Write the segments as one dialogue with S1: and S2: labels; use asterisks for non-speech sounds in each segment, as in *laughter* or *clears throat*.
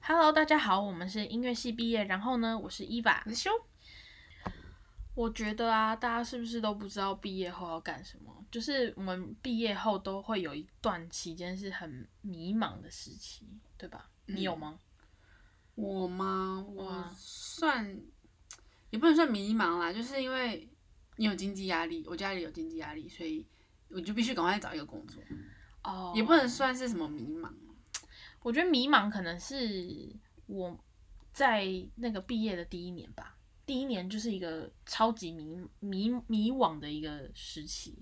S1: Hello，大家好，我们是音乐系毕业，然后呢，我是伊娃。
S2: 你修
S1: 我觉得啊，大家是不是都不知道毕业后要干什么？就是我们毕业后都会有一段期间是很迷茫的时期，对吧？你有吗？
S2: 我吗？我
S1: 哇
S2: 算也不能算迷茫啦，就是因为你有经济压力，我家里有经济压力，所以我就必须赶快找一个工作，
S1: 哦
S2: 也不能算是什么迷茫。
S1: 我觉得迷茫可能是我在那个毕业的第一年吧，第一年就是一个超级迷迷迷惘的一个时期。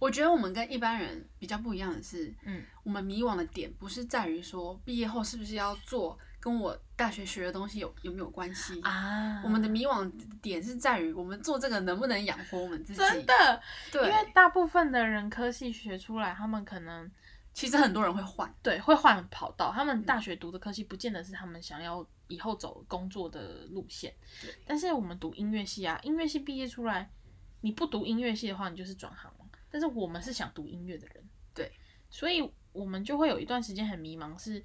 S2: 我觉得我们跟一般人比较不一样的是，
S1: 嗯，
S2: 我们迷惘的点不是在于说毕业后是不是要做跟我大学学的东西有有没有关系。
S1: 啊
S2: 我们的迷惘点是在于我们做这个能不能养活我们自己。
S1: 真，的，因
S2: 对，
S1: 为大部分的人科系学出来，他们可能
S2: 其实很多人会换，
S1: 对会换跑道，他
S2: 嗯
S1: 们大学读的科系不见得是他们想要以后走工作的路线
S2: 对。
S1: 但是我们读音乐系啊，音乐系毕业出来，你不读音乐系的话，你就是转行了。但是我们是想读音乐的人，
S2: 对，
S1: 所以我们就会有一段时间很迷茫，是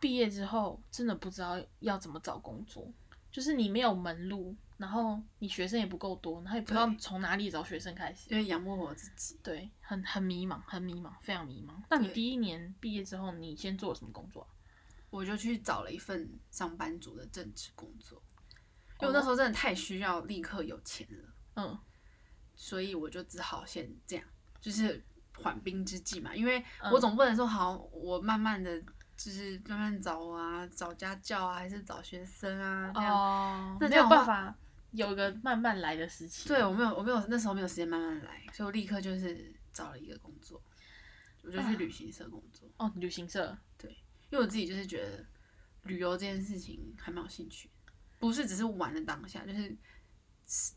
S1: 毕业之后真的不知道要怎么找工作，就是你没有门路，然后你学生也不够多，然后也不知道
S2: 对
S1: 从哪里找学生开始。
S2: 因为养不活自己。
S1: 对，很很迷茫，很迷茫，非常迷茫。那你
S2: 对
S1: 第一年毕业之后，你先做了什么工作啊、
S2: 我就去找了一份上班族的正职工作，因为我那时候真的太需要立刻有钱了，
S1: 嗯，
S2: 所以我就只好先这样，就是缓兵之计嘛。因为我总不能说好，我慢慢的就是慢慢找啊，找家教啊，还是找学生啊这样。
S1: 哦，
S2: 那
S1: 没
S2: 这
S1: 有
S2: 样的
S1: 办
S2: 话
S1: 法，有个慢慢来的时期。
S2: 对我没有，我没有那时候没有时间慢慢来，所以我立刻就是找了一个工作，我就去旅行社工作，
S1: 哦，旅行社，
S2: 因为我自己就是觉得旅游这件事情还蛮有兴趣的，不是只是玩的当下，就是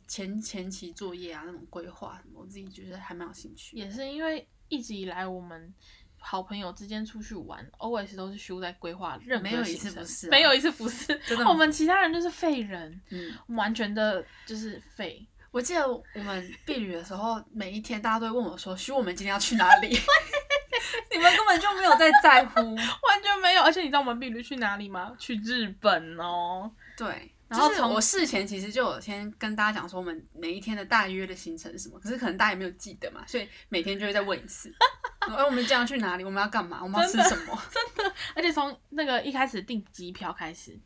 S2: 前前期作业啊那种规划什么，我自己觉得还蛮有兴趣。
S1: 也是因为一直以来我们好朋友之间出去玩，always 都是修在规划任何
S2: 没有
S1: 行
S2: 一次
S1: 程
S2: 不是啊
S1: 没有一次不是。
S2: 真的
S1: 我们其他人就是废人，
S2: 嗯，
S1: 完全的就是废。 *laughs*
S2: 我记得我们避旅的时候，每一天大家都会问我说：“徐，我们今天要去哪里？” *laughs* 你们根本就没有在在乎。
S1: 完全没有。而且你知道我们毕旅去哪里吗？去日本哦。
S2: 对，
S1: 然后
S2: 就是
S1: 从
S2: 我事前其实就有先跟大家讲说我们每一天的大约的行程是什么，可是可能大家也没有记得嘛，所以每天就会再问一次。 *laughs* 哎，我们今天要去哪里？我们要干嘛？我们要吃
S1: 真的
S2: 什么？ *laughs*
S1: 而且从那个一开始订机票开始，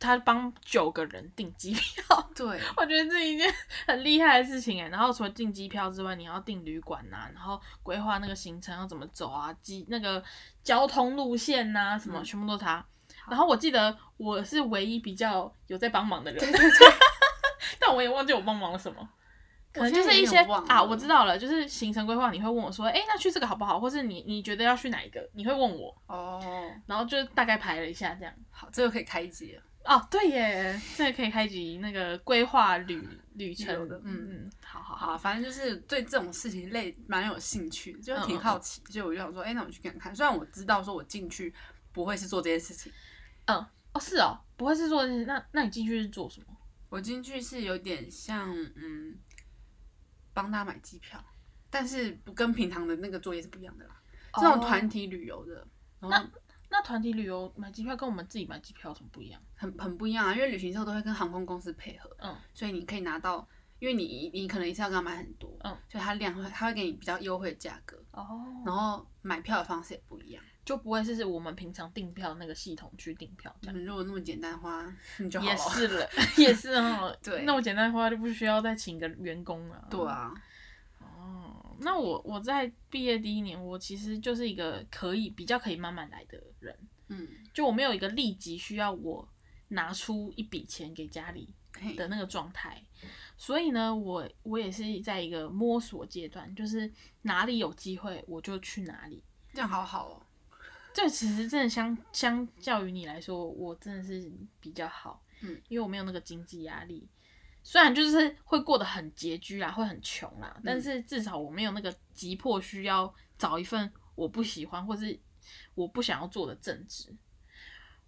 S1: 他帮九个人订机票， *laughs*
S2: 对，
S1: 我觉得这一件很厉害的事情哎。然后除了订机票之外，你要订旅馆呐、然后规划那个行程要怎么走啊，机那个交通路线呐、什么、
S2: 嗯
S1: 全部都是他。然后我记得我是唯一比较有在帮忙的人， *laughs* 但我也忘记我帮忙了什么。可能就是一些啊，我知
S2: 道
S1: 道了，就是行程规划，你会问我说，哎、那去这个好不好？或是你你觉得要去哪一个？你会问我，
S2: 哦。
S1: 然后就大概排了一下这样。
S2: 好，这个可以开机了。
S1: 哦，对耶，这可以开集那个规划旅旅
S2: 旅游
S1: 程
S2: 的
S1: 嗯嗯，好好好，
S2: 好，反正就是对这种事情类蛮有兴趣，就
S1: 嗯
S2: 挺
S1: 嗯
S2: 好奇，所以我就想说，哎、那我去看看。虽然我知道说我进去不会是做这件事情，
S1: 嗯，哦是哦，不会是做这些那那你进去是做什么？
S2: 我进去是有点像嗯，帮他买机票，但是不跟平常的那个作业是不一样的啦。这种团
S1: 哦
S2: 体旅游的，然后
S1: 那团体旅游买机票跟我们自己买机票有什么不一样？
S2: 很很不一样啊，因为旅行社都会跟航空公司配合，
S1: 嗯，
S2: 所以你可以拿到，因为你你可能一次要跟他买很多，
S1: 嗯，
S2: 所以它量会它会给你比较优惠的价格，
S1: 哦，
S2: 然后买票的方式也不一样。
S1: 就不会是我们平常订票那个系统去订票这样。
S2: 嗯，如果那么简单的话，你就好
S1: 也
S2: 了。
S1: 是
S2: *laughs*
S1: 了，也是哦。
S2: 对
S1: 那么简单的话就不需要再请个员工了。
S2: 对啊，
S1: 哦，那我我在毕业第一年，我其实就是一个可以比较可以慢慢来的人，
S2: 嗯，
S1: 就我没有一个立即需要我拿出一笔钱给家里
S2: 嘿，
S1: 的那个状态，所以呢，我我也是在一个摸索阶段，就是哪里有机会我就去哪里。
S2: 这样好好哦。
S1: 这其实真的相相较于你来说，我真的是比较好，
S2: 嗯，
S1: 因为我没有那个经济压力。虽然就是会过得很拮据啊啦，会很穷啦，
S2: 嗯
S1: 但是至少我没有那个急迫需要找一份我不喜欢或是我不想要做的正职。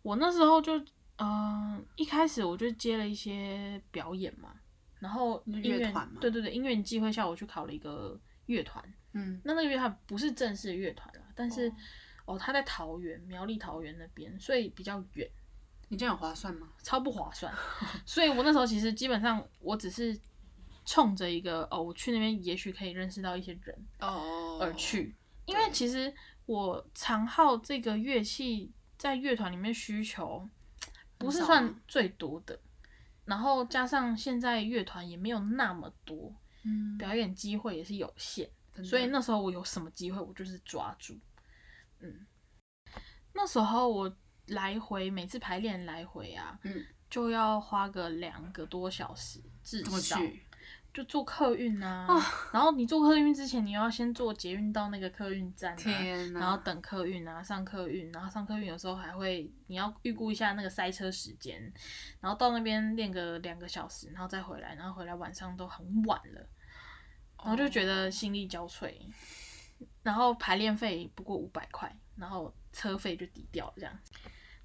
S1: 我那时候就，嗯、一开始我就接了一些表演嘛，然后
S2: 你
S1: 音
S2: 是
S1: 乐
S2: 乐团吗
S1: 对对对，因缘机会下我去考了一个乐团，
S2: 嗯，
S1: 那那个乐团不是正式乐团啦，但是
S2: 哦
S1: 哦，他在桃园苗栗桃园那边，所以比较远。
S2: 你这样有划算吗？
S1: 超不划算。 *laughs* 所以我那时候其实基本上我只是冲着一个哦，我去那边也许可以认识到一些人
S2: 哦，
S1: 而去，因为其实我长号这个乐器在乐团里面需求不是
S2: 少
S1: 算
S2: 吗
S1: 最多的，然后加上现在乐团也没有那么多，
S2: 嗯，
S1: 表演机会也是有限。
S2: 真
S1: 啊
S2: 的
S1: 所以那时候我有什么机会，我就是抓住。嗯，那时候我来回每次排练来回啊，
S2: 嗯，
S1: 就要花个两个多小时至
S2: 怎么
S1: 少，
S2: 去？
S1: 就坐客运啊。
S2: 哦
S1: 然后你坐客运之前，你又要先坐捷运到那个客运站、啊。
S2: 天哪！
S1: 然后等客运啊，上客运，然后上客运有时候还会，你要预估一下那个塞车时间，然后到那边练个两个小时，然后再回来，然后回来晚上都很晚了。然
S2: 哦
S1: 后就觉得心力交瘁，然后排练费不过五百块，然后车费就抵掉了这样子。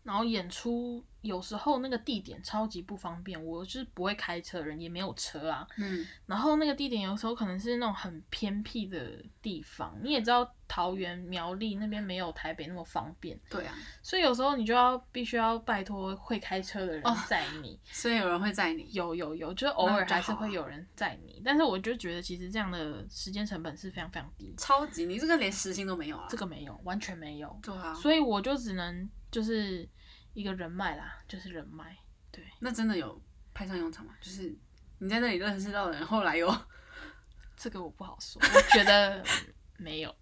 S1: 然后演出有时候那个地点超级不方便，我就是不会开车的人，也没有车啊。
S2: 嗯，
S1: 然后那个地点有时候可能是那种很偏僻的地方，你也知道桃园苗栗那边没有台北那么方便，
S2: 对啊，
S1: 所以有时候你就要必须要拜托会开车的人
S2: 哦
S1: 载你。
S2: 所以有人会载你，
S1: 有有有，就是偶尔
S2: 那就
S1: 还是
S2: 好
S1: 会
S2: 啊
S1: 有人载你，但是我就觉得其实这样的时间成本是非常非常低，
S2: 超级你这个连时薪都没有啊
S1: 这，个没有，完全没有，
S2: 对啊，
S1: 所以我就只能就是一个人脉啦，就是人脉，对，
S2: 那真的有派上用场吗？就是你在那里认识到的人，
S1: *laughs*
S2: 后来有
S1: 这个我不好说，我觉
S2: *laughs*
S1: 得没有，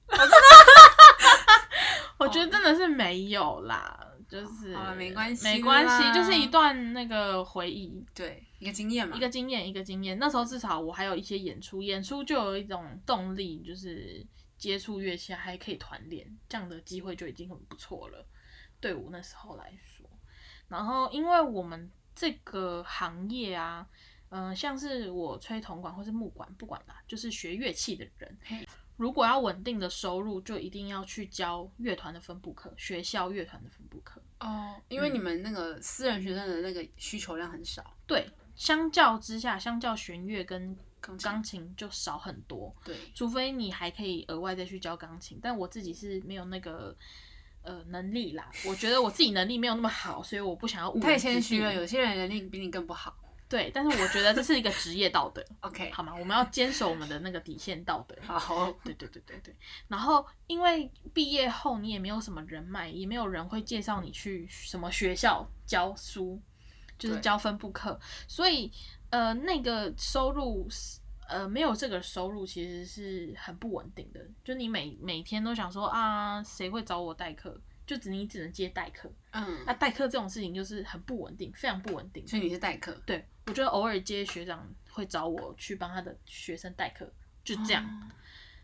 S1: *laughs* 我觉得真的是没有啦，就是
S2: 哦好了没关系
S1: 没关系，
S2: 啦
S1: 就是一段那个回忆，
S2: 对一个经验嘛，
S1: 一个经验，一个经验。那时候至少我还有一些演出，演出就有一种动力，就是接触乐器还可以团练，这样的机会就已经很不错了。对我那时候来说，然后因为我们这个行业啊，嗯、像是我吹铜管或是木管，不管啦，就是学乐器的人
S2: 嘿，
S1: 如果要稳定的收入，就一定要去教乐团的分部课，学校乐团的分部课。
S2: 哦，
S1: 嗯
S2: 因为你们那个私人学生的那个需求量很少，
S1: 对，相较之下，相较弦乐跟
S2: 钢琴
S1: 钢琴就少很多。
S2: 对，
S1: 除非你还可以额外再去教钢琴，但我自己是没有那个呃能力啦。我觉得我自己能力没有那么好，所以我不想要误
S2: 你
S1: 人
S2: 太谦
S1: 子弟
S2: 虚了，有些人能力比你更不好。
S1: 对，但是我觉得这是一个职业道德， *laughs*
S2: OK，
S1: 好吗？我们要坚守我们的那个底线道德。 *laughs*
S2: 好，
S1: 对对对对对。然后因为毕业后你也没有什么人脉，也没有人会介绍你去什么学校教书，就是
S2: 对
S1: 教分部课，所以呃那个收入是呃没有这个收入其实是很不稳定的，就你每每天都想说啊谁会找我代课，就只你只能接代课，
S2: 嗯
S1: 那、，代课这种事情就是很不稳定，非常不稳定。
S2: 所以你是代课，
S1: 对我觉得偶尔接学长会找我去帮他的学生代课，就这样。
S2: 哦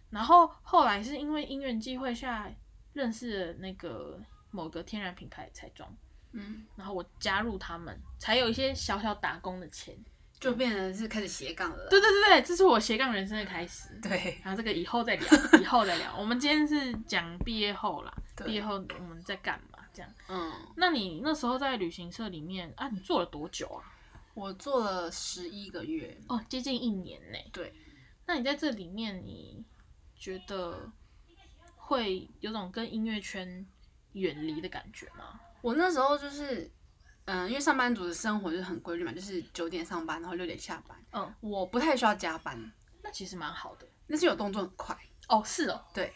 S1: 然后后来是因为因缘际会下认识了那个某个天然品牌的彩妆，
S2: 嗯，
S1: 然后我加入他们，才有一些小小打工的钱。
S2: 就变成是开始斜杠了啦。
S1: 对对对对，这是我斜杠人生的开始。
S2: 对，
S1: 然后这个以后再聊，以后再聊。我们今天是讲毕业后啦，
S2: 对
S1: 毕业后我们在干嘛？这样。
S2: 嗯，
S1: 那你那时候在旅行社里面啊，你做了多久啊？
S2: 我做了十一个月，
S1: 哦，接近一年呢、
S2: 对，
S1: 那你在这里面，你觉得会有种跟音乐圈远离的感觉吗？
S2: 我那时候就是，嗯，因为上班族的生活就是很规律嘛，就是九点上班，然后六点下班，
S1: 嗯，
S2: 我不太需要加班，
S1: 那其实蛮好的。
S2: 但是有动作很快。
S1: 哦，是哦，
S2: 对，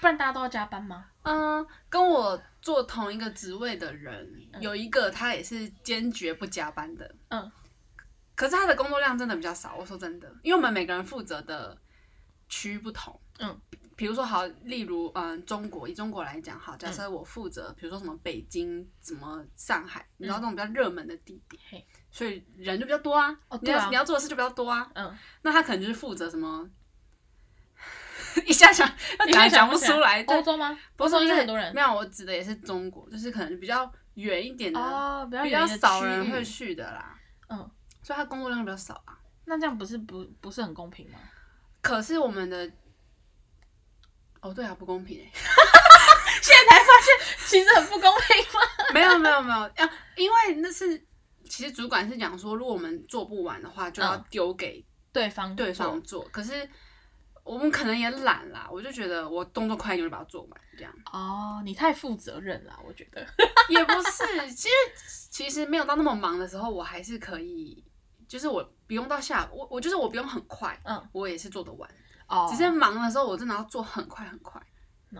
S1: 不然大家都要加班吗？
S2: 嗯，跟我做同一个职位的人，有一个他也是坚决不加班的，
S1: 嗯，
S2: 可是他的工作量真的比较少。我说真的，因为我们每个人负责的区域不同，
S1: 嗯，
S2: 比如说好，例如嗯，中国以中国来讲，好，
S1: 嗯
S2: 假设我负责，比如说什么北京、什么上海，你知道那种比较热门的地点，
S1: 嗯嘿
S2: 所以人就比较多啊，
S1: 哦
S2: 你
S1: 对
S2: 要、
S1: 啊
S2: 你要做的事就比较多啊，
S1: 嗯，
S2: *laughs* 那他可能就是负责什么。 *laughs* 一下想，讲也讲不出来。对
S1: 欧洲吗？
S2: 不
S1: 欧
S2: 是
S1: 洲
S2: 不
S1: 应
S2: 是
S1: 该很多人
S2: 没有，我指的也是中国，就是可能比较远一点的，
S1: 哦，比较
S2: 比
S1: 远
S2: 较
S1: 的
S2: 少
S1: 区
S2: 人
S1: 域
S2: 会去的啦。
S1: 嗯，
S2: 所以他工作量比较少啊。
S1: 那这样不是不不是很公平吗？
S2: *laughs* 可是我们的，哦对啊，不公平、欸。 *laughs*
S1: 现在才发现其实很不公平吗？ *laughs*
S2: 没有没有没有，啊，因为那是其实主管是讲说，如果我们做不完的话，就要
S1: 嗯
S2: 丢给
S1: 对方
S2: 对
S1: 做
S2: 方做。可是我们可能也懒啦，我就觉得我动作快一点就把它做完，这样
S1: 哦，你太负责任了，我觉得。
S2: *laughs* 也不是。其实其实没有到那么忙的时候，我还是可以，就是我不用到下午，我我就是我不用很快，
S1: 嗯，
S2: 我也是做得完。
S1: 哦，
S2: 只是忙的时候，我真的要做很快很快，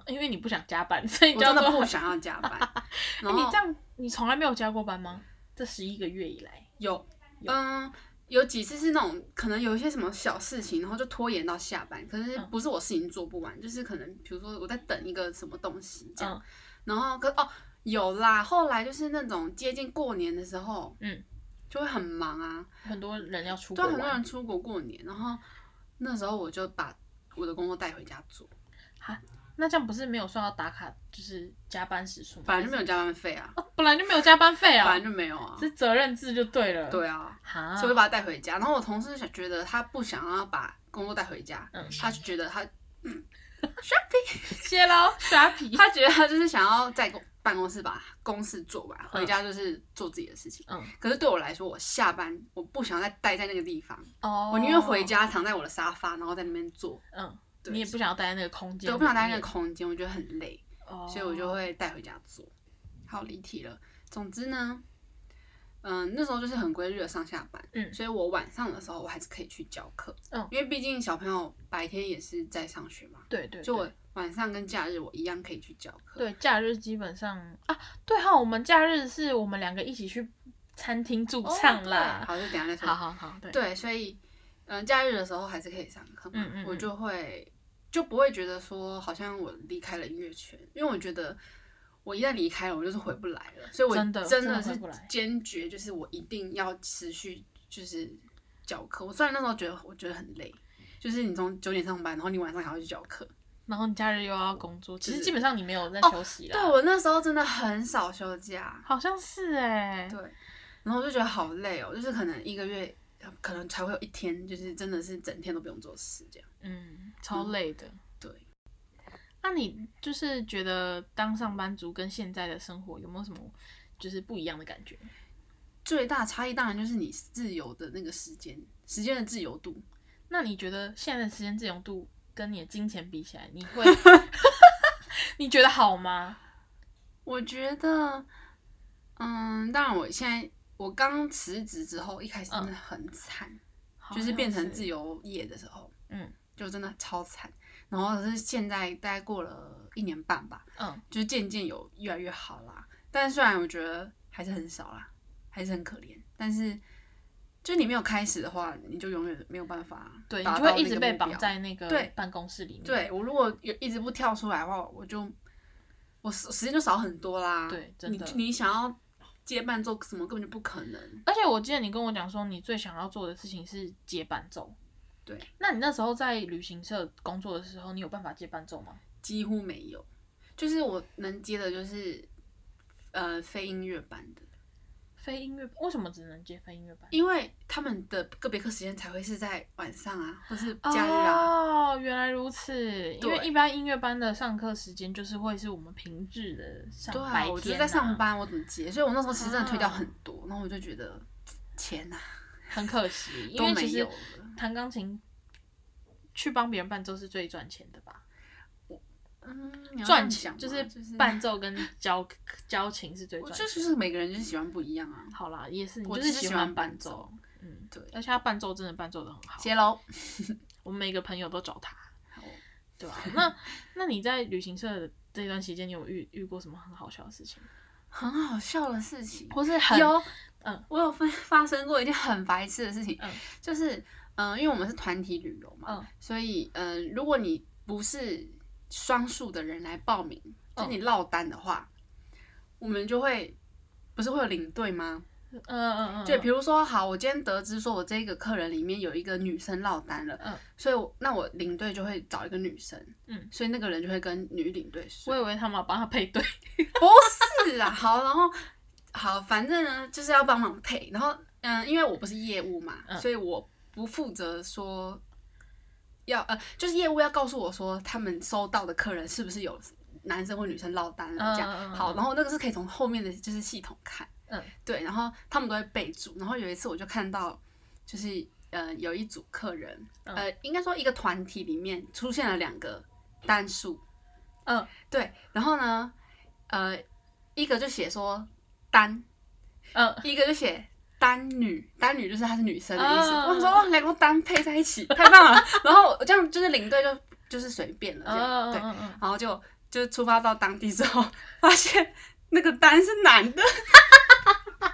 S1: 因为你不想加班，所以你
S2: 我
S1: 就要
S2: 真
S1: 做
S2: 的不
S1: 好。
S2: 想要
S1: *laughs*
S2: 加班。然
S1: 哎你
S2: 后
S1: 这样，你从来没有加过班吗？这十一个月以来，
S2: 有，
S1: 有
S2: 嗯，有几次是那种可能有一些什么小事情，然后就拖延到下班，可是
S1: 嗯
S2: 不是我事情做不完，就是可能比如说我在等一个什么东西这样，
S1: 嗯
S2: 然后可哦有啦，后来就是那种接近过年的时候，
S1: 嗯，
S2: 就会很忙啊，
S1: 很多人要出国
S2: 对啊，很多
S1: 玩
S2: 人出国过年，然后那时候我就把我的工作带回家做，
S1: 那这样不是没有算到打卡，就是加班时数吗？
S2: 本来就没有加班费啊，
S1: 哦，本来就没有加班费
S2: 本
S1: 啊
S2: 来，就没有啊，
S1: 是嗯责任制就对了。，
S2: 对啊，
S1: 哈，
S2: 所以我就把它带回家。然后我同事想觉得他不想要把工作带回家，
S1: 嗯
S2: 他就觉得他
S1: 谢
S2: *laughs*
S1: 喽，刷皮。
S2: 他觉得他就是想要在公办公室把公事做完，回
S1: 嗯
S2: 家就是做自己的事情。
S1: 嗯，
S2: 可是对我来说，我下班我不想再待在那个地方，
S1: 哦，
S2: 我宁愿回。家躺在我的沙发，然后在那边做。
S1: 嗯，
S2: 对
S1: 你也不想要待在那个空间里面，
S2: 对，我不想待在那个空间，我觉得很累，
S1: 哦，
S2: 所以我就会带回家做。好，离题了。总之呢，嗯，那时候就是很规律的上下班，
S1: 嗯
S2: 所以我晚上的时候我还是可以去教课，
S1: 嗯
S2: 因为毕竟小朋友白天也是在上学嘛，
S1: 对对，
S2: 就
S1: 对
S2: 我晚上跟假日我一样可以去教课。
S1: 对，假日基本上啊，对哈，我们假日是我们两个一起去餐厅驻
S2: 哦，
S1: 唱
S2: 对
S1: 啦。
S2: 好，就等一下再说。
S1: 好好好，对，
S2: 对，所以嗯，假日的时候还是可以上课嘛，
S1: 嗯嗯嗯
S2: 我就会就不会觉得说好像我离开了音乐圈，因为我觉得我一旦离开了，我就是回不来了，所以我
S1: 真的真的
S2: 是
S1: 回不来
S2: 坚决，就是我一定要持续就是教课。我虽然那时候觉得我觉得很累。就是你从九点上班，然后你晚上还要去教课。
S1: 然后你假日又要工作，其
S2: 就
S1: 实
S2: 是
S1: 基本上你没有在
S2: 哦
S1: 休息啦。
S2: 对我那时候真的很少休假，
S1: 好像是哎、
S2: 对，然后我就觉得好累哦，就是可能一个月呃可能才会有一天，就是真的是整天都不用做事这样。
S1: 嗯，超累的。
S2: 对，
S1: 那你就是觉得当上班族跟现在的生活有没有什么就是不一样的感觉？
S2: 最大差异当然就是你自由的那个时间，时间的自由度。
S1: 那你觉得现在的时间自由度跟你的金钱比起来，你
S2: *laughs*
S1: 会你觉得好吗？
S2: 我觉得，嗯，当然我现在我刚辞职之后，一开始真的很惨，嗯就是变成自
S1: 由，
S2: 由业的时候，
S1: 嗯，
S2: 就真的超惨。然后是现在大概过了一年半吧，
S1: 嗯，
S2: 就是渐渐有越来越好啦。但虽然我觉得还是很少啦，还是很可怜，但是。就你没有开始的话，你就永远没有办法
S1: 对，你
S2: 达
S1: 就
S2: 到那个目标。
S1: 会一直被绑在那个
S2: 对
S1: 办公室里面。
S2: 对我如果有一直不跳出来的话，我就我时时间就少很多啦。
S1: 对，真
S2: 你
S1: 的。
S2: 你想要接伴奏什么根本就不可能。
S1: 而且我记得你跟我讲说，你最想要做的事情是接伴奏。
S2: 对，
S1: 那你那时候在旅行社工作的时候，你有办法接伴奏吗？
S2: 几乎没有，就是我能接的就是呃非音乐班的，
S1: 非音乐为什么只能接非音乐班？
S2: 因为他们的个别课时间才会是在晚上啊，或是假日啊。
S1: 哦，原来如此。因为
S2: 对
S1: 一般音乐班的上课时间就是会是我们平日的上
S2: 对
S1: 白
S2: 啊，
S1: 天、啊
S2: 我就是在上，班，我怎么接？所以我那时候其实真的推掉很多，然后我就觉得天哪、
S1: 很可惜，因
S2: 都
S1: 为
S2: 没
S1: 其实
S2: 有了。
S1: 弹钢琴去帮别人伴奏是最赚钱的吧？
S2: 嗯，你要这
S1: 赚
S2: 样
S1: 钱
S2: 讲
S1: 就
S2: 吗
S1: 是
S2: 就是
S1: 伴，奏跟交 *laughs* 交情是最
S2: 嗯我
S1: 赚
S2: 就
S1: 钱。
S2: 就是每个人就是喜欢不一样啊。
S1: 好啦，也是，你
S2: 我
S1: 就
S2: 只
S1: 是
S2: 是
S1: 喜
S2: 喜欢
S1: 欢伴
S2: 伴
S1: 奏
S2: 奏，
S1: 嗯，
S2: 对
S1: 而且他伴奏真的伴奏的很好，
S2: 接喽。
S1: 我们每个朋友都找他，
S2: 好
S1: 对吧、那那你在旅行社的这段期间，你有遇遇过什么很好笑的事情，
S2: 很好笑的事情，
S1: 或是很
S2: 有，
S1: 嗯
S2: 嗯，我有发 *laughs* 发生过一件很白痴的事情，
S1: 嗯
S2: 就是，嗯、因为我们是团体旅游嘛，
S1: 嗯
S2: 所以，嗯、如果你不是双数的人来报名，就
S1: 嗯
S2: 你落单的话，我们就会。不是会有领队吗？
S1: 嗯嗯嗯，
S2: 就比如说，好，我今天得知说我这个客人里面有一个女生落单了，
S1: 嗯
S2: 所以我那我领队就会找一个女生，
S1: 嗯
S2: 所以那个人就会跟女领队睡
S1: 我。以为他们要帮他配对，
S2: 不是啊， *laughs* 好，然后好，反正呢就是要帮忙配，然后嗯，因为我不是业务嘛，
S1: 嗯
S2: 所以我不负责说要呃，就是业务要告诉我说他们收到的客人是不是有男生或女生落单了这样。
S1: 嗯嗯嗯
S2: 好，然后那个是可以从后面的就是系统看，
S1: 嗯，
S2: 对，然后他们都会备注，然后有一次我就看到就是呃有一组客人，
S1: 嗯
S2: 呃，应该说一个团体里面出现了两个单数，
S1: 嗯，
S2: 对，然后呢，呃，一个就写说单，
S1: 嗯，
S2: 一个就写单女，单女就是她是女生的意思。
S1: 哦
S2: 我想说哦，两个单配在一起，太棒了。 *laughs* 然后这样就是领队就就是随便了这样，
S1: 嗯
S2: 对。
S1: 嗯嗯，
S2: 然后就就出发到当地之后，发现那个单是男的，
S1: 嗯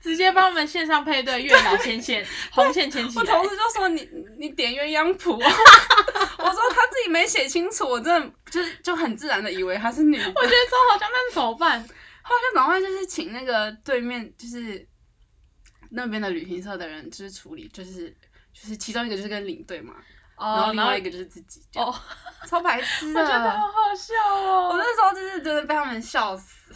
S1: 直接帮我们线上配对，月老牵
S2: *laughs*
S1: 线， *laughs* 红线牵起
S2: 我
S1: 来。
S2: 同事就说你你点鸳鸯谱，啊 *laughs* 我说他自己没写清楚，我真的就是就很自然的以为她是女的。
S1: *laughs* 我觉得超好笑，那怎么办？
S2: *laughs* 后来就赶快就是请那个对面就是那边的旅行社的人，就是处理，就是就是其中一个就是跟领队嘛，然后
S1: 哦，
S2: 另外一个就是自己，这样
S1: 哦，
S2: 超白痴
S1: 我
S2: 的。
S1: 觉得好好笑哦。
S2: 我 *laughs* 那时候就是真的被他们笑
S1: *laughs*
S2: 死。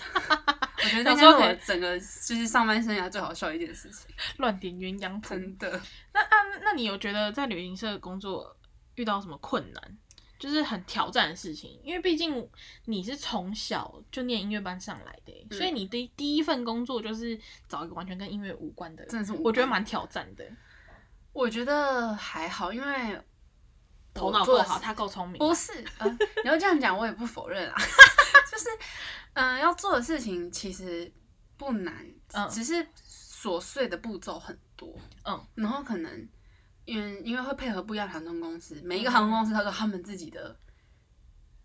S2: 我觉得那
S1: 想
S2: 应
S1: 说
S2: 该是
S1: 可以
S2: 我整个就是上半生涯最好笑的一件事情，
S1: 乱点鸳鸯谱。
S2: 真的。
S1: 那那那你有觉得在旅行社工作遇到什么困难，就是很挑战的事情？因为毕竟你是从小就念音乐班上来的欸、
S2: 嗯
S1: 所以你第第一份工作就是找一个完全跟音乐无关的，
S2: 真的是无关
S1: 我觉得蛮挑战的。
S2: 我觉得还好，因为
S1: *laughs* 头脑够好，他够聪明。啊
S2: 不是，呃，你要这样讲，我也不否
S1: *laughs*
S2: 认啊。就是，嗯、要做的事情其实不难，
S1: 嗯
S2: 只是琐碎的步骤很多。
S1: 嗯，
S2: 然后可能，嗯，因为会配合不一样的航空公司，每一个
S1: 嗯
S2: 航空公司它有他们自己的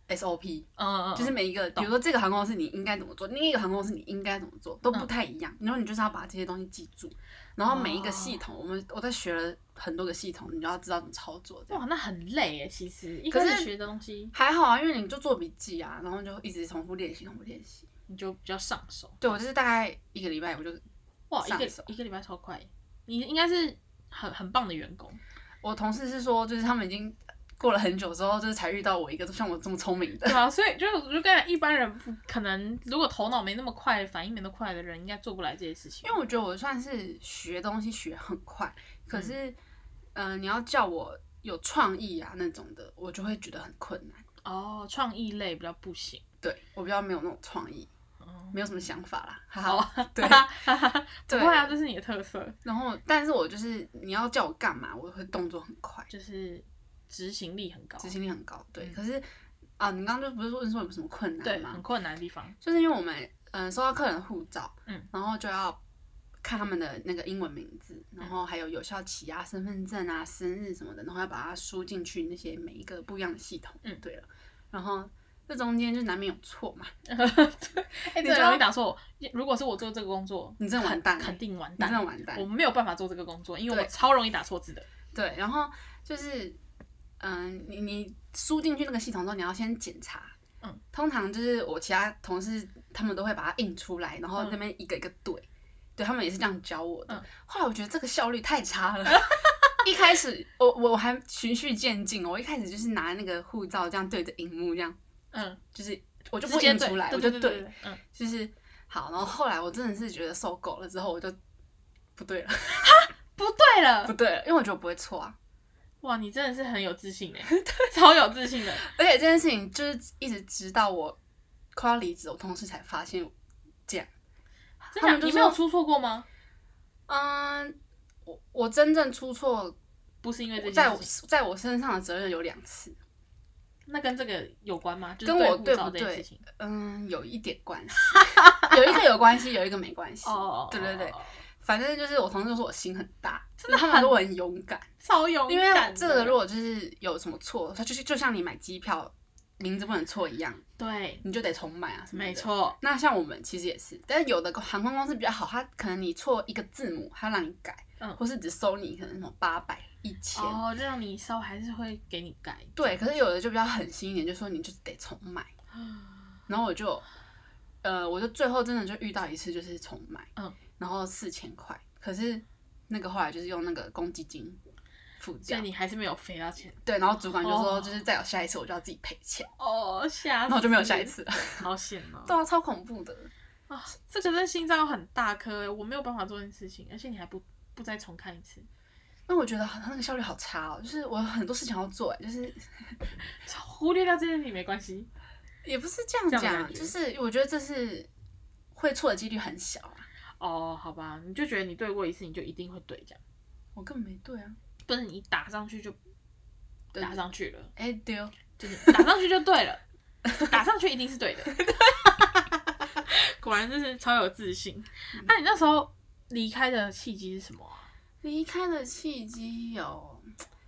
S2: SOP，、
S1: 嗯，嗯嗯，
S2: 就是每一个，比如说这个航空公司你应该怎么做，另一个航空公司你应该怎么做，都不太一样。然后你就是要把这些东西记住，然后每一个系统，我们我在学了很多个系统，你就要知道怎么操作。这样
S1: 哇，那很累哎，其实一
S2: 可
S1: 开
S2: 是
S1: 始学的东西
S2: 还好啊，因为你就做笔记啊，然后就一直重复练习，重复练习。
S1: 你就比较上手。
S2: 对我就是大概一个礼拜，我就
S1: 哇，一个
S2: 上手
S1: 一个礼拜超快，你应该是很很棒的员 *laughs* 工。
S2: 我同事是说，就是他们已经过了很久之后，就是才遇到我一个像我这么聪明的。 *laughs*
S1: 对啊，所以就是我就跟一般人不可能，如果头脑没那么快，反应没那么快的人，应该做不来这些事情。
S2: 因为我觉得我算是学东西学很快，可是，嗯、你要叫我有创意啊那种的，我就会觉得很困难。
S1: 哦，创意类比较不行。
S2: 对我比较没有那种创意，
S1: 哦
S2: 没有什么想法啦。 *laughs* 哈
S1: 好
S2: 哈，
S1: 啊，
S2: 对
S1: 不
S2: 对
S1: 会啊，这是你的特色，
S2: 然后，但是我就是你要叫我干嘛，我会动作很快。
S1: 就是执行力很高，
S2: 执行力很高，对。
S1: 嗯
S2: 可是啊，你刚刚就不是问说有什么困
S1: 对嗯
S2: 难
S1: 很
S2: 吗？
S1: 困难的地方。
S2: 就是因为我们嗯、呃收到客人的护照，
S1: 嗯，
S2: 然后就要看他们的那个英文名字，
S1: 嗯
S2: 然后还有有效期啊、身份证啊、生日什么的，然后要把它输进去那些每一个不一样的系统。
S1: 嗯
S2: 对了，然后这中间就难免有错嘛，
S1: 哎，
S2: 你
S1: 这
S2: 知
S1: 很
S2: 道
S1: 容易打错。如果是我做这个工作，
S2: 你真的完蛋
S1: 肯肯定完
S2: 你真
S1: 蛋。
S2: 的完蛋
S1: 我。没有办法做这个工作，因为
S2: 对
S1: 我超容易打错字的。
S2: 对，然后就是嗯、你你输进去那个系统之后，你要先检查。
S1: 嗯，
S2: 通常就是我其他同事他们都会把它印出来，然后
S1: 嗯
S2: 那边一个一个对，对他们也是这样教我的。
S1: 嗯
S2: 后来我觉得这个效率太差了。 *laughs* 一开始我我我还循序渐进哦，我一开始就是拿那个护照这样对着荧幕这样，
S1: 嗯，
S2: 就是我就
S1: 直
S2: 不
S1: 接
S2: 印
S1: 对
S2: 出来，我
S1: 对对
S2: 就
S1: 对，对嗯，
S2: 就是好。然后后来我真的是觉得受够了，之后我就不
S1: *laughs*
S2: 对了，
S1: 不对了
S2: 不。对了，因为我觉得我不会错啊。
S1: 哇，你真的是很有自
S2: *laughs*
S1: 信哎，超有自信的。
S2: 而且这件事情就是一直直到我快要离职，我同事才发现这样。
S1: 真
S2: 他们
S1: 的，啊
S2: 就
S1: 你没有
S2: 说，
S1: 出错过吗？
S2: 嗯，我我真正出错
S1: 不是因为这
S2: 在
S1: 件
S2: 我
S1: 事情，
S2: 在我身上的责任有两次，
S1: 那跟这个有关吗？就是
S2: 跟我
S1: 护
S2: 对
S1: 照
S2: 不
S1: 这件
S2: 对
S1: 事情。
S2: 嗯，有一点关系，
S1: *laughs*
S2: 有一个有关系，有一个没关系。
S1: 哦
S2: 对对对，反正就是我同事就说我心很大，
S1: *laughs* 真的
S2: 他们
S1: 很
S2: 说我很勇敢，
S1: 超勇
S2: 因为
S1: 敢的。
S2: 这个如果就是有什么错，他就是就像你买机票名字不能错一样，
S1: 对，
S2: 你就得重买啊什么的。
S1: 没错，
S2: 那像我们其实也是，但是有的航空公司比较好，它可能你错一个字母，它让你改，
S1: 嗯
S2: 或是只收你可能什么八百、一千，
S1: 哦，就让你稍还是会给你改。
S2: 对。可是有的就比较狠心一点，就说你就是得重买。然后我就，呃，我就最后真的就遇到一次就是重买，
S1: 嗯，
S2: 然后四千块，可是那个后来就是用那个公积金付
S1: 所
S2: 掉
S1: 以，你还是没有赔到钱
S2: 对。然后主管就说，
S1: 哦
S2: 就是再有下一次我就要自己赔钱，
S1: 哦，吓死！
S2: 然后我就没有下一，次了。
S1: 好险哦！
S2: 对啊，超恐怖的。
S1: 啊，这个真的心脏很大颗，欸我没有办法做这件事情，而且你还不不再重看一次，
S2: 那我觉得他那个效率好差哦，就是我有很多事情要做，哎就是
S1: 忽略掉这件事情没关系。
S2: 也不是这样
S1: 这样的
S2: 讲，
S1: 感觉
S2: 就是我觉得这是会错的几率很小啊。
S1: 哦，好吧，你就觉得你对过一次，你就一定会对这样。
S2: 我根本没对啊。
S1: 不是你打上去就
S2: 对
S1: 打上去了，
S2: 哎、对哦，
S1: 就是打上去就对了，打上去一定是对的。 *laughs* 果然就是超有自信。
S2: 嗯
S1: 那、你那时候离开的契机是什么啊？
S2: 离开的契机有，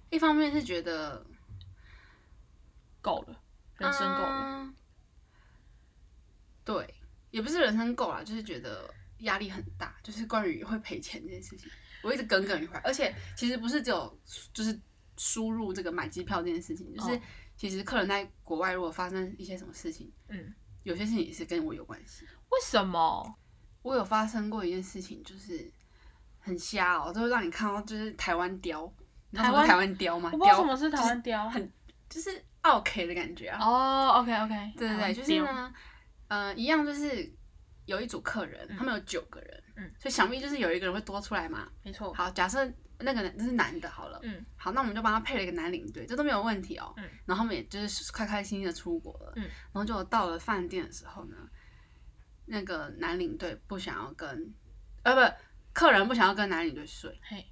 S2: 一方面是觉得
S1: 够了，人生够了。
S2: 嗯对，也不是人生够了，啊就是觉得压力很大，就是关于会赔钱这件事情，我一直耿耿于怀。而且其实不是只有就是输入这个买机票这件事情，就是
S1: 哦
S2: 其实客人在国外如果发生一些什么事情，
S1: 嗯，
S2: 有些事情也是跟我有关系。
S1: 为什么？
S2: 我有发生过一件事情，就是很瞎哦，就会让你看到就是台湾雕，你知道什么
S1: 台
S2: 是台
S1: 湾
S2: 湾雕吗？
S1: 我不知道什
S2: 雕
S1: 么是台湾雕。
S2: 很就是奥 K 的感觉啊。
S1: 哦，OK OK，
S2: 对对对，就是呢，呃，一样就是有一组客人，他们有九个人，
S1: 嗯，
S2: 所以想必就是有一个人会多出来嘛。
S1: 没错。
S2: 好，假设那个人这是男的，好了，
S1: 嗯，
S2: 好，那我们就帮他配了一个男领队，这都没有问题哦。
S1: 嗯，
S2: 然后他们也就是开开心心的出国了，
S1: 嗯，
S2: 然后就到了饭店的时候呢，那个男领队不想要跟，呃，不，客人不想要跟男领队睡，
S1: 嘿，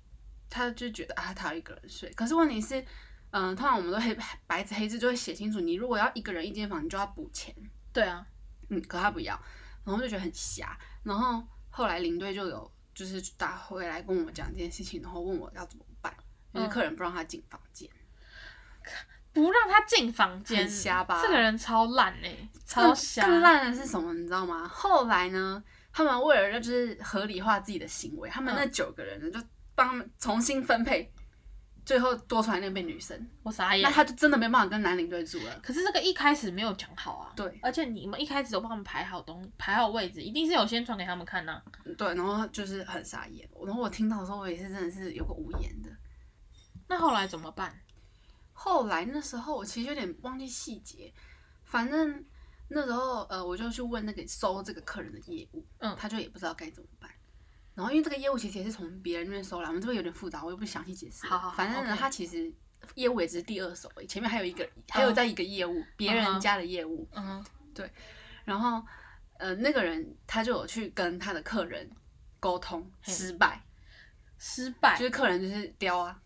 S2: 他就觉得啊，他要一个人睡。可是问题是，嗯、通常我们都黑白纸黑字就会写清楚，你如果要一个人一间房，你就要补钱。
S1: 对啊，
S2: 嗯，可他不要，然后就觉得很瞎。然后后来领队就有就是打回来跟我们讲这件事情，然后问我要怎么办，就是
S1: 嗯
S2: 客人不让他进房间，
S1: 不让他进房间，
S2: 很瞎吧
S1: 这个人超烂哎、超
S2: 更
S1: 瞎。
S2: 更烂的是什么，你知道吗？后来呢，他们为了就是合理化自己的行为，他
S1: 嗯
S2: 们那九个人呢就帮他们重新分配，最后多出来那被女生，
S1: 我傻眼
S2: 那。他就真的没办法跟男领队住了。
S1: 可是这个一开始没有讲好啊。
S2: 对
S1: 而且你们一开始都帮他们排好东排好位置，一定是有先传给他们看呐、啊
S2: 对，然后就是很傻眼。然后我听到的时候，我也是真的是有个无言的。
S1: 那后来怎么办？
S2: 后来那时候我其实有点忘记细节，反正那时候呃，我就去问那个收这个客人的业务，
S1: 嗯
S2: 他就也不知道该怎么办。然后因为这个业务其实也是从别人那边收来，我们这边有点复杂，我也不详细解释了。
S1: 好好好
S2: 反正呢
S1: OK
S2: 他其实业务也只是第二手而已，前面还有一个，还有在一个业务，别人家的业务。
S1: 嗯哼，
S2: 然后呃，那个人他就有去跟他的客人沟通，
S1: 嘿
S2: 失败，
S1: 失败
S2: 就，是客人就是刁啊，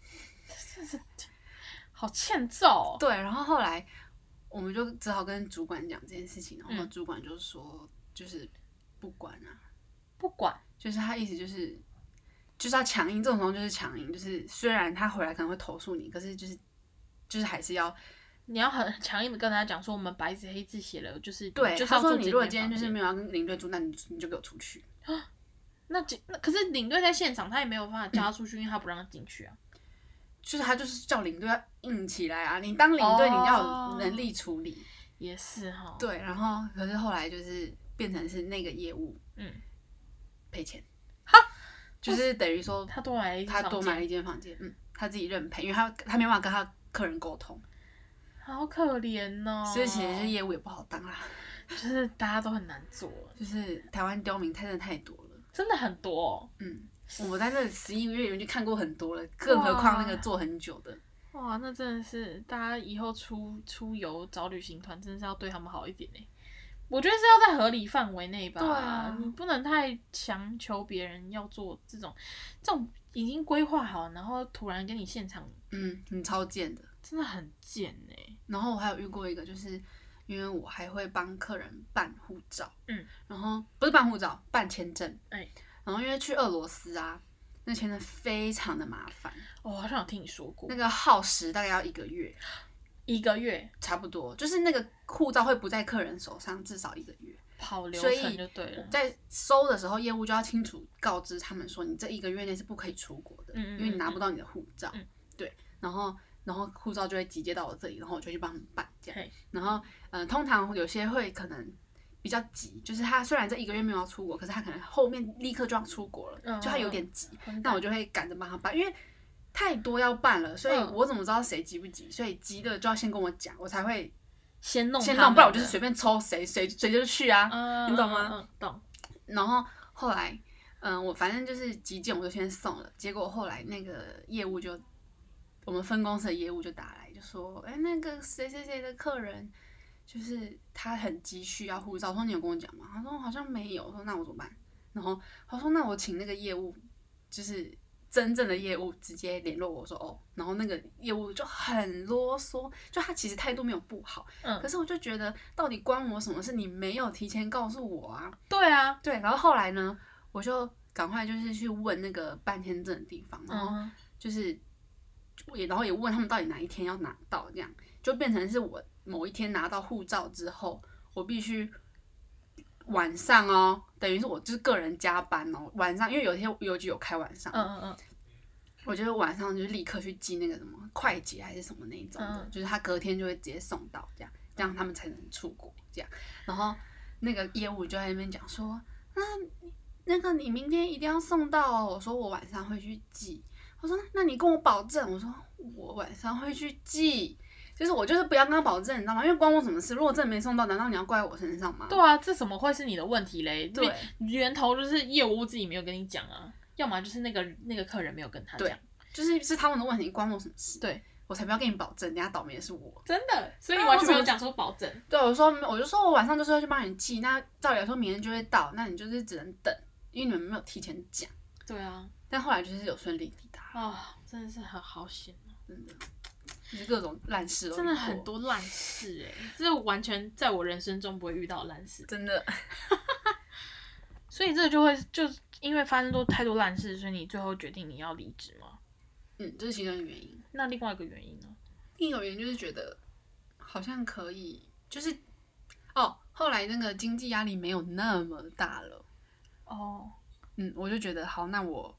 S1: 好欠揍、哦。
S2: 对，然后后来我们就只好跟主管讲这件事情，然
S1: 嗯
S2: 后主管就说就是不管啊，
S1: 不管，
S2: 就是他意思就是就是要强硬，这种东西就是强硬，就是虽然他回来可能会投诉你，可是就是就是还是要
S1: 你要很强硬的跟他讲说，我们白纸黑字写了，就是
S2: 对。
S1: 就是
S2: 他
S1: 要
S2: 说
S1: 做
S2: 你
S1: 这
S2: 如果
S1: 间
S2: 今天
S1: 房
S2: 就是
S1: 间
S2: 没有要跟领队住，那你你就给我出去。
S1: 那就那可是领队在现场，他也没有办法叫他出去，因为他不让他进去啊。
S2: 就是他就是叫领队要硬起来啊！你当领队你要
S1: 哦
S2: 有能力处理。
S1: 也是哈，
S2: 对，然后可是后来就是变成是那个业务
S1: 嗯，
S2: 赔钱，就是等于说
S1: 他多买了一间
S2: 他
S1: 房
S2: 多买了
S1: 间
S2: 一间房间，嗯，他自己认赔，因为他他没办法跟他客人沟通，
S1: 好可怜哦。
S2: 所以其实是业务也不好当啦。
S1: 就是大家都很难做，
S2: 就是台湾刁民太真的太多了，
S1: 真的很多、哦。
S2: 嗯，我在那十一个月里面就看过很多了，更何况那个做很久的，
S1: 哇，那真的是大家以后出出游找旅行团，真的是要对他们好一点呢。我觉得是要在合理范围内吧，
S2: 对啊
S1: 你不能太强求别人要做这种，这种已经规划好，然后突然跟你现场，
S2: 嗯，很超贱的。
S1: 真的很贱欸呢。
S2: 然后我还有遇过一个，就是因为我还会帮客人办护照，
S1: 嗯，
S2: 然后不是办护照，办签证，
S1: 哎
S2: 然后因为去俄罗斯啊，那签证非常的麻烦，
S1: 哦我、好像有听你说过
S2: 那，个耗时大概要一个月，
S1: 一个月
S2: 差不多，就是那个护照会不在客人手上至少一个月。
S1: 跑流
S2: 所以
S1: 程就对了。
S2: 在收的时候，业务就要清楚告知他们说，你这一个月内是不可以出国的，
S1: 嗯嗯
S2: 因为你拿不到你的护照。
S1: 嗯
S2: 对，然后然后护照就会集结到我这里，然后我就去帮他们办这样
S1: 嘿。
S2: 然后呃，通常有些会可能比较急，就是他虽然这一个月没有要出国，可是他可能后面立刻就要出国了，
S1: 嗯
S2: 就他有点急，
S1: 很
S2: 那
S1: 感
S2: 我就会赶着帮他办，因为。太多要办了，所以
S1: 嗯
S2: 我怎么知道谁急不急？所以急的就要先跟我讲，我才会
S1: 先弄
S2: 先
S1: 他
S2: 弄，不然
S1: 们
S2: 我就是
S1: 的
S2: 随便抽谁谁谁就去啊。
S1: 嗯，
S2: 你懂
S1: 嗯
S2: 吗？
S1: 嗯，懂。
S2: 然后后来，嗯，我反正就是急件我就先送了，结果后来那个业务就，我们分公司的业务就打来，就说，哎，那个谁谁谁的客人，就是他很急需要护照，我说你有跟我讲吗？他说好像没有，我说那我怎么办？然后他说那我请那个业务，就是真正的业务直接联络我说哦，然后那个业务就很啰嗦，就他其实态度没有不好，
S1: 嗯
S2: 可是我就觉得到底关我什么事？你没有提前告诉我啊。
S1: 对啊，
S2: 对，然后后来呢，我就赶快就是去问那个办签证的地方，然后
S1: 嗯，
S2: 就是也然后也问他们到底哪一天要拿到，这样就变成是我某一天拿到护照之后，我必须晚上哦，等于是我就是个人加班哦，晚上因为有些邮局有开晚上，
S1: 嗯嗯
S2: 我就是晚上就立刻去寄那个什么快捷还是什么那一种的，
S1: 嗯
S2: 就是他隔天就会直接送到，这样这样他们才能出国这样。然后那个业务就在那边讲说，那你那个你明天一定要送到哦。我说我晚上会去寄。他说那你跟我保证。我说我晚上会去寄。就是我就是不要跟他保证，你知道吗？因为关我什么事？如果真的没送到，难道你要怪我身上吗？
S1: 对啊，这怎么会是你的问题嘞？
S2: 对，
S1: 源头就是业务自己没有跟你讲啊，要么就是那个那个客人没有跟他
S2: 对
S1: 讲，
S2: 就是是他们的问题，关我什么事？
S1: 对
S2: 我才不要跟你保证，等下倒霉的是我。
S1: 真的，所以
S2: 那
S1: 你
S2: 为
S1: 完全
S2: 什
S1: 没
S2: 么
S1: 有讲说保证。
S2: 对，啊我说我就说我晚上就是要去帮你寄，那照理来说明天就会到，那你就是只能等，因为你们没有提前讲。
S1: 对啊，
S2: 但后来就是有顺利抵达，
S1: 啊、真的是很好险哦，
S2: 真的，就是各种烂事都
S1: 真的
S2: 遇过
S1: 很， *laughs* 多烂事哎、这完全在我人生中不会遇到的烂事，
S2: 真的
S1: 所以这就会就是因为发生多太多烂事，所以你最后决定你要离职吗？
S2: 嗯，这是其中一个原因。
S1: 那另外一个原因呢？
S2: 另一个原因就是觉得好像可以，就是哦，后来那个经济压力没有那么大了，
S1: 哦，
S2: 嗯，我就觉得好，那我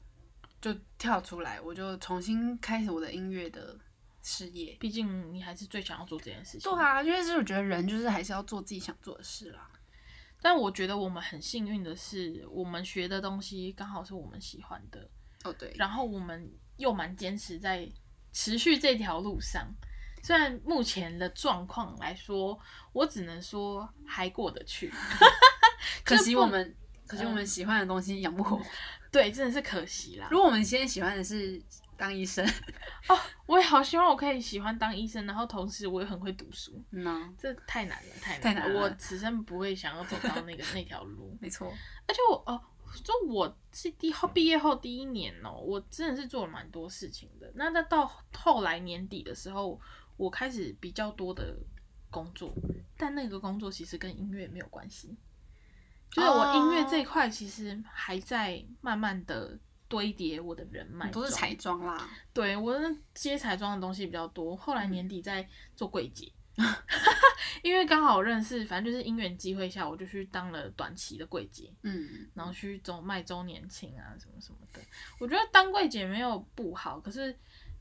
S2: 就跳出来，我就重新开始我的音乐的事业。
S1: 毕竟你还是最想要做这件事情。
S2: 对啊，因为就是我觉得人就是还是要做自己想做的事啦。
S1: 但我觉得我们很幸运的是，我们学的东西刚好是我们喜欢的，
S2: 哦，对，
S1: 然后我们又蛮坚持在持续这条路上。虽然目前的状况来说，我只能说还过得去。
S2: 可惜
S1: 不
S2: 我们，可惜我们喜欢的东西养不活。
S1: 对，真的是可惜啦。
S2: 如果我们现在喜欢的是当医生，
S1: 我也好希望我可以喜欢当医生，然后同时我也很会读书。
S2: *laughs* 嗯啊，
S1: 这太难了，太难了。
S2: 太难了
S1: 我此生不会想要走到那个那条路。
S2: 没错，
S1: 而且我哦，就我是第后毕业后第一年哦，我真的是做了蛮多事情的。那那到后来年底的时候，我开始比较多的工作，但那个工作其实跟音乐没有关系，就是我音乐这
S2: 哦
S1: 一块其实还在慢慢的堆叠我的人脉，
S2: 都是彩妆啦，
S1: 对我那接彩妆的东西比较多，后来
S2: 嗯
S1: 年底在做柜姐， *laughs* 因为刚好认识，反正就是因缘机会下，我就去当了短期的柜姐，
S2: 嗯，
S1: 然后去走卖周年庆啊什么什么的。我觉得当柜姐没有不好，可是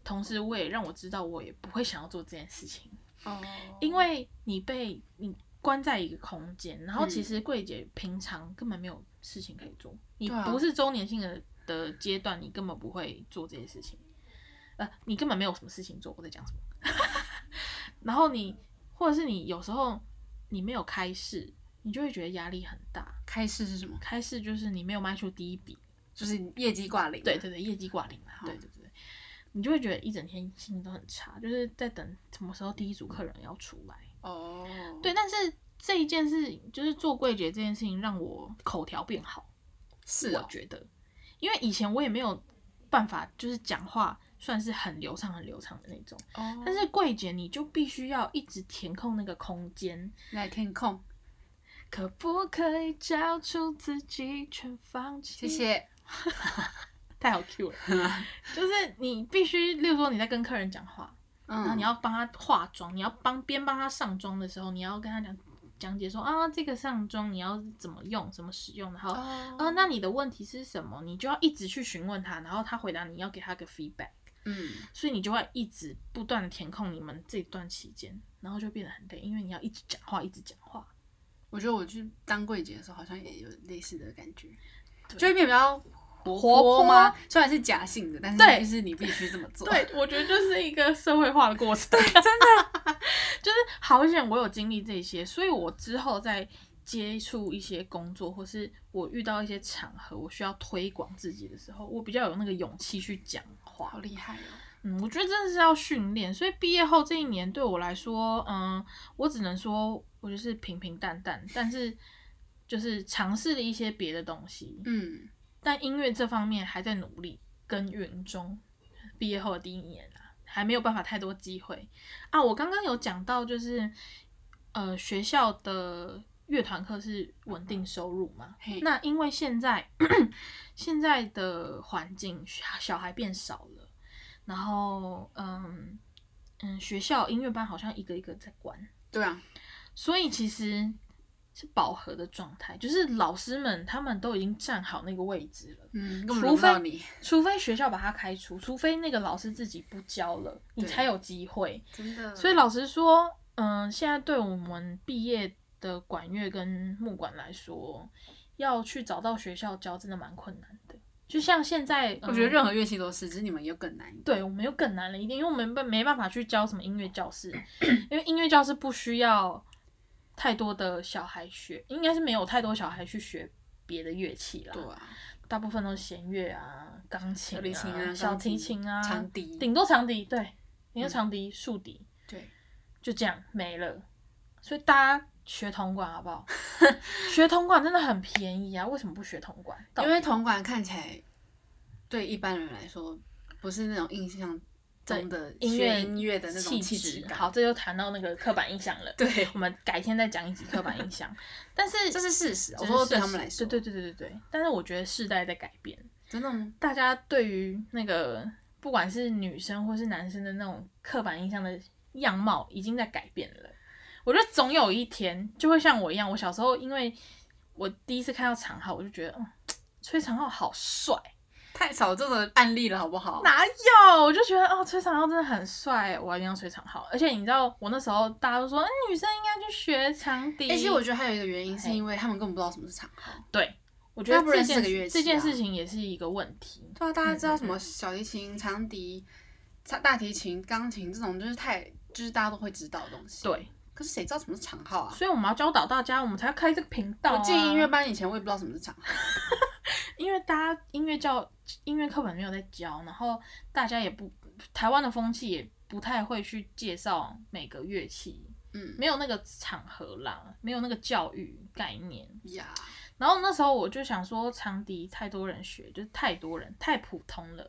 S1: 同时我也让我知道，我也不会想要做这件事情，
S2: 哦，
S1: 因为你被你关在一个空间，然后其
S2: 嗯
S1: 实柜姐平常根本没有事情可以做，你
S2: 对啊
S1: 不是周年庆的的阶段，你根本不会做这些事情，呃，你根本没有什么事情做。我在讲什么？ *laughs* 然后你或者是你有时候你没有开市，你就会觉得压力很大。
S2: 开市是什么？
S1: 开市就是你没有卖出第一笔，
S2: 就是业绩挂零，
S1: 对，对对，业绩挂零啦，对对对，你就会觉得一整天心情都很差，就是在等什么时候第一组客人要出来。
S2: 哦，
S1: 对，，但是这一件事情，就是做柜姐这件事情，让我口条变好，
S2: 是
S1: 我
S2: 哦，
S1: 觉得，因为以前我也没有办法，就是讲话算是很流畅、很流畅的那种，
S2: 哦
S1: 但是柜姐你就必须要一直填空那个空间，
S2: 来填空，
S1: 嗯可不可以交出自己，全放弃？
S2: 谢谢，
S1: 太好 Q 了， *laughs* 就是你必须，例如说你在跟客人讲话，然后
S2: 嗯，
S1: 你要帮他化妆，你要帮边帮他上妆的时候，你要跟他讲讲解说啊，这个上妆你要怎么用，怎么使用，然后啊、
S2: 哦，
S1: 那你的问题是什么？你就要一直去询问他，然后他回答你要给他个 feedback，
S2: 嗯，
S1: 所以你就会一直不断的填空你们这段期间，然后就变得很累，因为你要一直讲话，一直讲话。
S2: 我觉得我去当柜姐的时候，好像也有类似的感觉，
S1: 对
S2: 就会变比较活
S1: 泼
S2: 吗？虽然是假性的，但
S1: 对
S2: 是就是你必须这么做，，
S1: 对，我觉得就是一个社会化的过程。 *laughs* 对，真的， *laughs* 就是好险我有经历这些，所以我之后在接触一些工作，或是我遇到一些场合，我需要推广自己的时候，我比较有那个勇气去讲话
S2: 好。厉害哦，
S1: 嗯，我觉得真的是要训练。所以毕业后这一年对我来说，嗯，我只能说我就是平平淡淡，但是就是尝试了一些别的东西，
S2: 嗯，
S1: 但音乐这方面还在努力。耕耘中，毕业后的第一年啊，还没有办法太多机会啊。我刚刚有讲到，就是呃学校的乐团课是稳定收入嘛，
S2: 嘿
S1: 那因为现在 *clears throat* 现在的环境，小小孩变少了，然后嗯嗯，学校音乐班好像一个一个在关，
S2: 对啊，
S1: 所以其实是饱和的状态，就是老师们他们都已经站好那个位置了，
S2: 嗯，根本轮
S1: 除
S2: 不到
S1: 非
S2: 你，
S1: 除非学校把他开除，除非那个老师自己不教了，你
S2: 对
S1: 才有机会。
S2: 真的。
S1: 所以老实说，嗯、现在对我们毕业的管乐跟木管来说，要去找到学校教真的蛮困难的。就像现在，
S2: 我觉得
S1: 嗯
S2: 任何乐器都是，只是你们又更难一点。
S1: 对我啊们又更难了一点，因为我们没没办法去
S2: *clears throat*
S1: 教什么音乐教室，因为音乐教室不需要太多的小孩学，应该是没有太多小孩去学别的乐器啦。
S2: 对啊，
S1: 大部分都是弦乐啊、钢琴
S2: 小提琴
S1: 啊、
S2: 啊，
S1: 小
S2: 钢
S1: 提琴啊、
S2: 长笛，
S1: 顶多长笛，对，顶多
S2: 嗯
S1: 长笛、竖笛，
S2: 对，
S1: 就这样没了。所以大家学铜管好不 *laughs* 好？学铜管真的很便宜啊，为什么不学铜管？到
S2: 因
S1: 底
S2: 为铜管看起来对一般人来说不是那种印象中的
S1: 音
S2: 学
S1: 乐
S2: 音乐的那种气
S1: 质，
S2: 质感。
S1: 好，这就谈到那个刻板印象了。
S2: 对，
S1: 我们改天再讲一集刻板印 *laughs* 象。但是
S2: 这是事实。我
S1: 只是
S2: 说对
S1: 事
S2: 他们
S1: 实
S2: 来说，
S1: 对对对对对对。但是我觉得世代在改变，
S2: 真的吗？
S1: 大家对于那个不管是女生或是男生的那种刻板印象的样貌已经在改变了。我觉得总有一天就会像我一样，我小时候因为我第一次看到长浩，我就觉得，嗯，崔长浩好帅，
S2: 太少这种案例了，好不好？
S1: 哪有？我就觉得哦，吹长号真的很帅，我一定要吹长号。而且你知道，我那时候大家都说，嗯，女生应该去学长笛。
S2: 欸其实我觉得还有一个原因，
S1: 嘿
S2: 是因为他们根本不知道什么是长号。
S1: 对，我觉得
S2: 大部分
S1: 这
S2: 人
S1: 件
S2: 是个乐器
S1: 这件
S2: 啊
S1: 事情也是一个问题。
S2: 对啊，大家知道什
S1: 嗯
S2: 么小提琴、长笛、大大提琴、钢琴这种，就是太就是大家都会知道的东西。，
S1: 对，
S2: 可是谁知道什么是长号啊？
S1: 所以我们要教导大家，我们才要开这个频道、啊。
S2: 我进音乐，班以前，我也不知道什么是长号。
S1: 因为大家音乐教音乐课本没有在教，然后大家也不台湾的风气也不太会去介绍每个乐器，
S2: 嗯，
S1: 没有那个场合啦，没有那个教育概念。
S2: 呀，
S1: 然后那时候我就想说，长笛太多人学，就是太多人太普通了，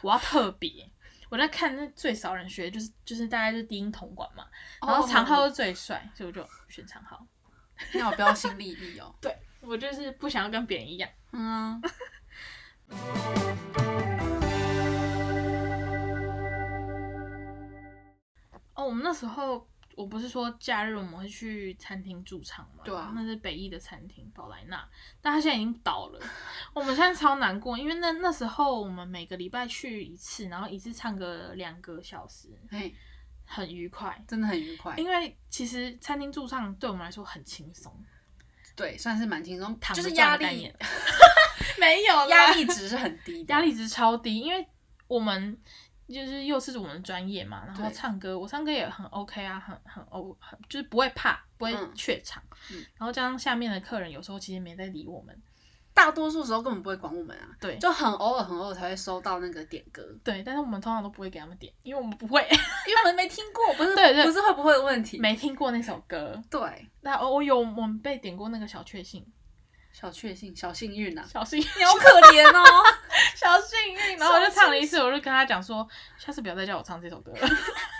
S1: 我要特别。我在看那最少人学，就是就是大概就是低音铜管嘛，然后长号
S2: 哦
S1: 是最帅，所以我就选长号。
S2: 那我标新立异哦。
S1: 对我就是不想要跟别人一样。
S2: 嗯啊，
S1: 哦，我们那时候我不是说假日我们会去餐厅驻唱嘛，
S2: 对啊
S1: 那是北艺的餐厅宝莱纳，但它现在已经倒了，我们现在超难过，因为那那时候我们每个礼拜去一次，然后一次唱个两个小时，
S2: 嘿，
S1: 很愉快。
S2: 哎真的很愉快。
S1: 因为其实餐厅驻唱对我们来说很轻松，
S2: 对，算是蛮轻松，
S1: 躺
S2: 就
S1: 着
S2: 是
S1: 赚
S2: 压
S1: 的概
S2: 力 *laughs*
S1: 念 *laughs* 没有
S2: 压力值是很低的。
S1: 压力值超低，因为我们就是又是我们的专业嘛，然后
S2: 对
S1: 唱歌，我唱歌也很 OK 啊，很很 O，很就是不会怕，不会
S2: 嗯
S1: 怯场，
S2: 嗯
S1: 然后加上下面的客人有时候其实没在理我们，
S2: 大多数时候根本不会管我们啊，
S1: 对
S2: 就很偶尔很偶尔才会收到那个点歌，
S1: 对，但是我们通常都不会给他们点，因为我们不会
S2: *laughs*
S1: *laughs*
S2: 因为我们没听过，不是
S1: 对对
S2: 不是会不会的问题。
S1: 没听过那首歌。
S2: 对，
S1: 那哦我有我们被点过那个小确幸，
S2: 小确幸，小幸运啊，
S1: 小幸
S2: 你好可怜哦。
S1: *laughs* 小幸运，然后我就唱了一次，我就跟他讲说，下次不要再叫我唱这首歌了，
S2: *laughs*
S1: *laughs*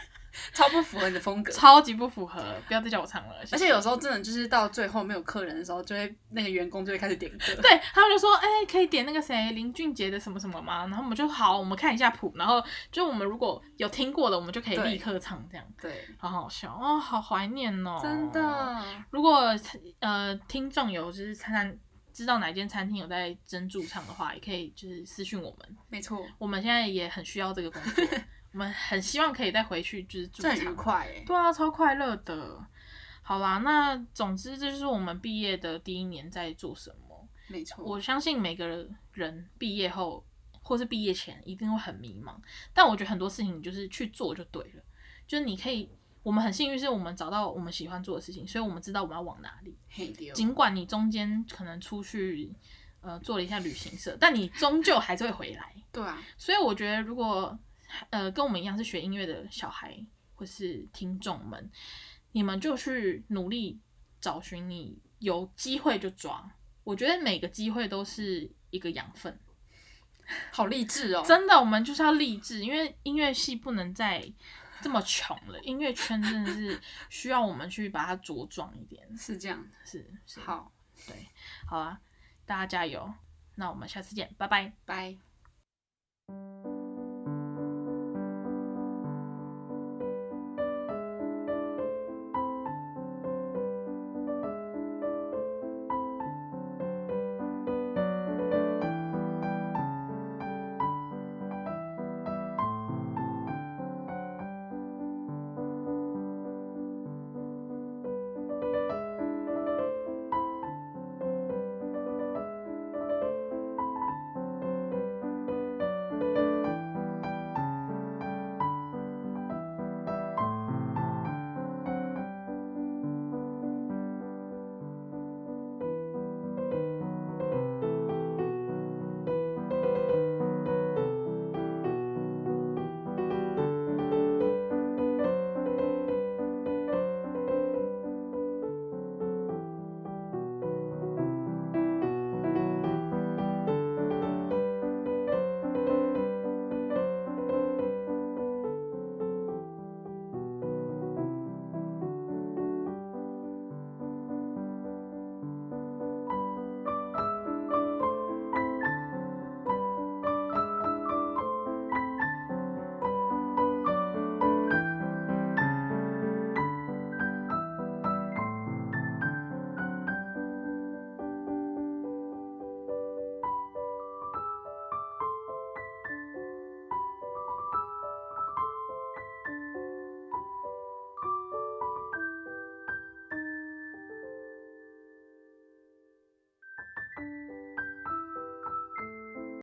S2: 超不符合你的风格。
S1: 超级不符合，不要再叫我唱了。谢谢
S2: *laughs* 而且有时候真的就是到最后没有客人的时候，就会那个员工就会开始点歌。
S1: *laughs* 对他们就说，哎、可以点那个谁林俊杰的什么什么吗？然后我们就好，我们看一下谱，然后就我们如果有听过的，我们就可以
S2: 对
S1: 立刻唱，这样
S2: *laughs* 对，
S1: 好好笑哦，好怀念哦，
S2: 真。的，
S1: 如果呃听众有就是餐餐知道哪间餐厅有在真驻唱的话，也可以就是私讯我们，
S2: 没错，
S1: 我们现在也很需要这个工作，我们很希望可以再回去就是驻
S2: 这很愉 *laughs*
S1: 唱，
S2: 快哎。
S1: 对啊，超快乐的。好啦，那总之这就是我们毕业的第一年在做什么。
S2: 没错，
S1: 我相信每个人毕业后或是毕业前一定会很迷茫，但我觉得很多事情你就是去做就对了，就是你可以。我们很幸运，是我们找到我们喜欢做的事情，所以我们知道我们要往哪里。
S2: 嘿丢，
S1: 尽管你中间可能出去，呃，做了一下旅行社，但你终究还是会回来。
S2: 对啊，
S1: 所以我觉得，如果呃跟我们一样是学音乐的小孩或是听众们，你们就去努力找寻你有机会就抓。我觉得每个机会都是一个养分，
S2: 好励志哦！
S1: 真的，我们就是要励志，因为音乐系不能再这么穷了，音乐圈真的是需要我们去把它茁壮一点。
S2: 是这样，
S1: 是，是，
S2: 好，
S1: 好啊，大家加油，那我们下次见，拜拜。
S2: 拜。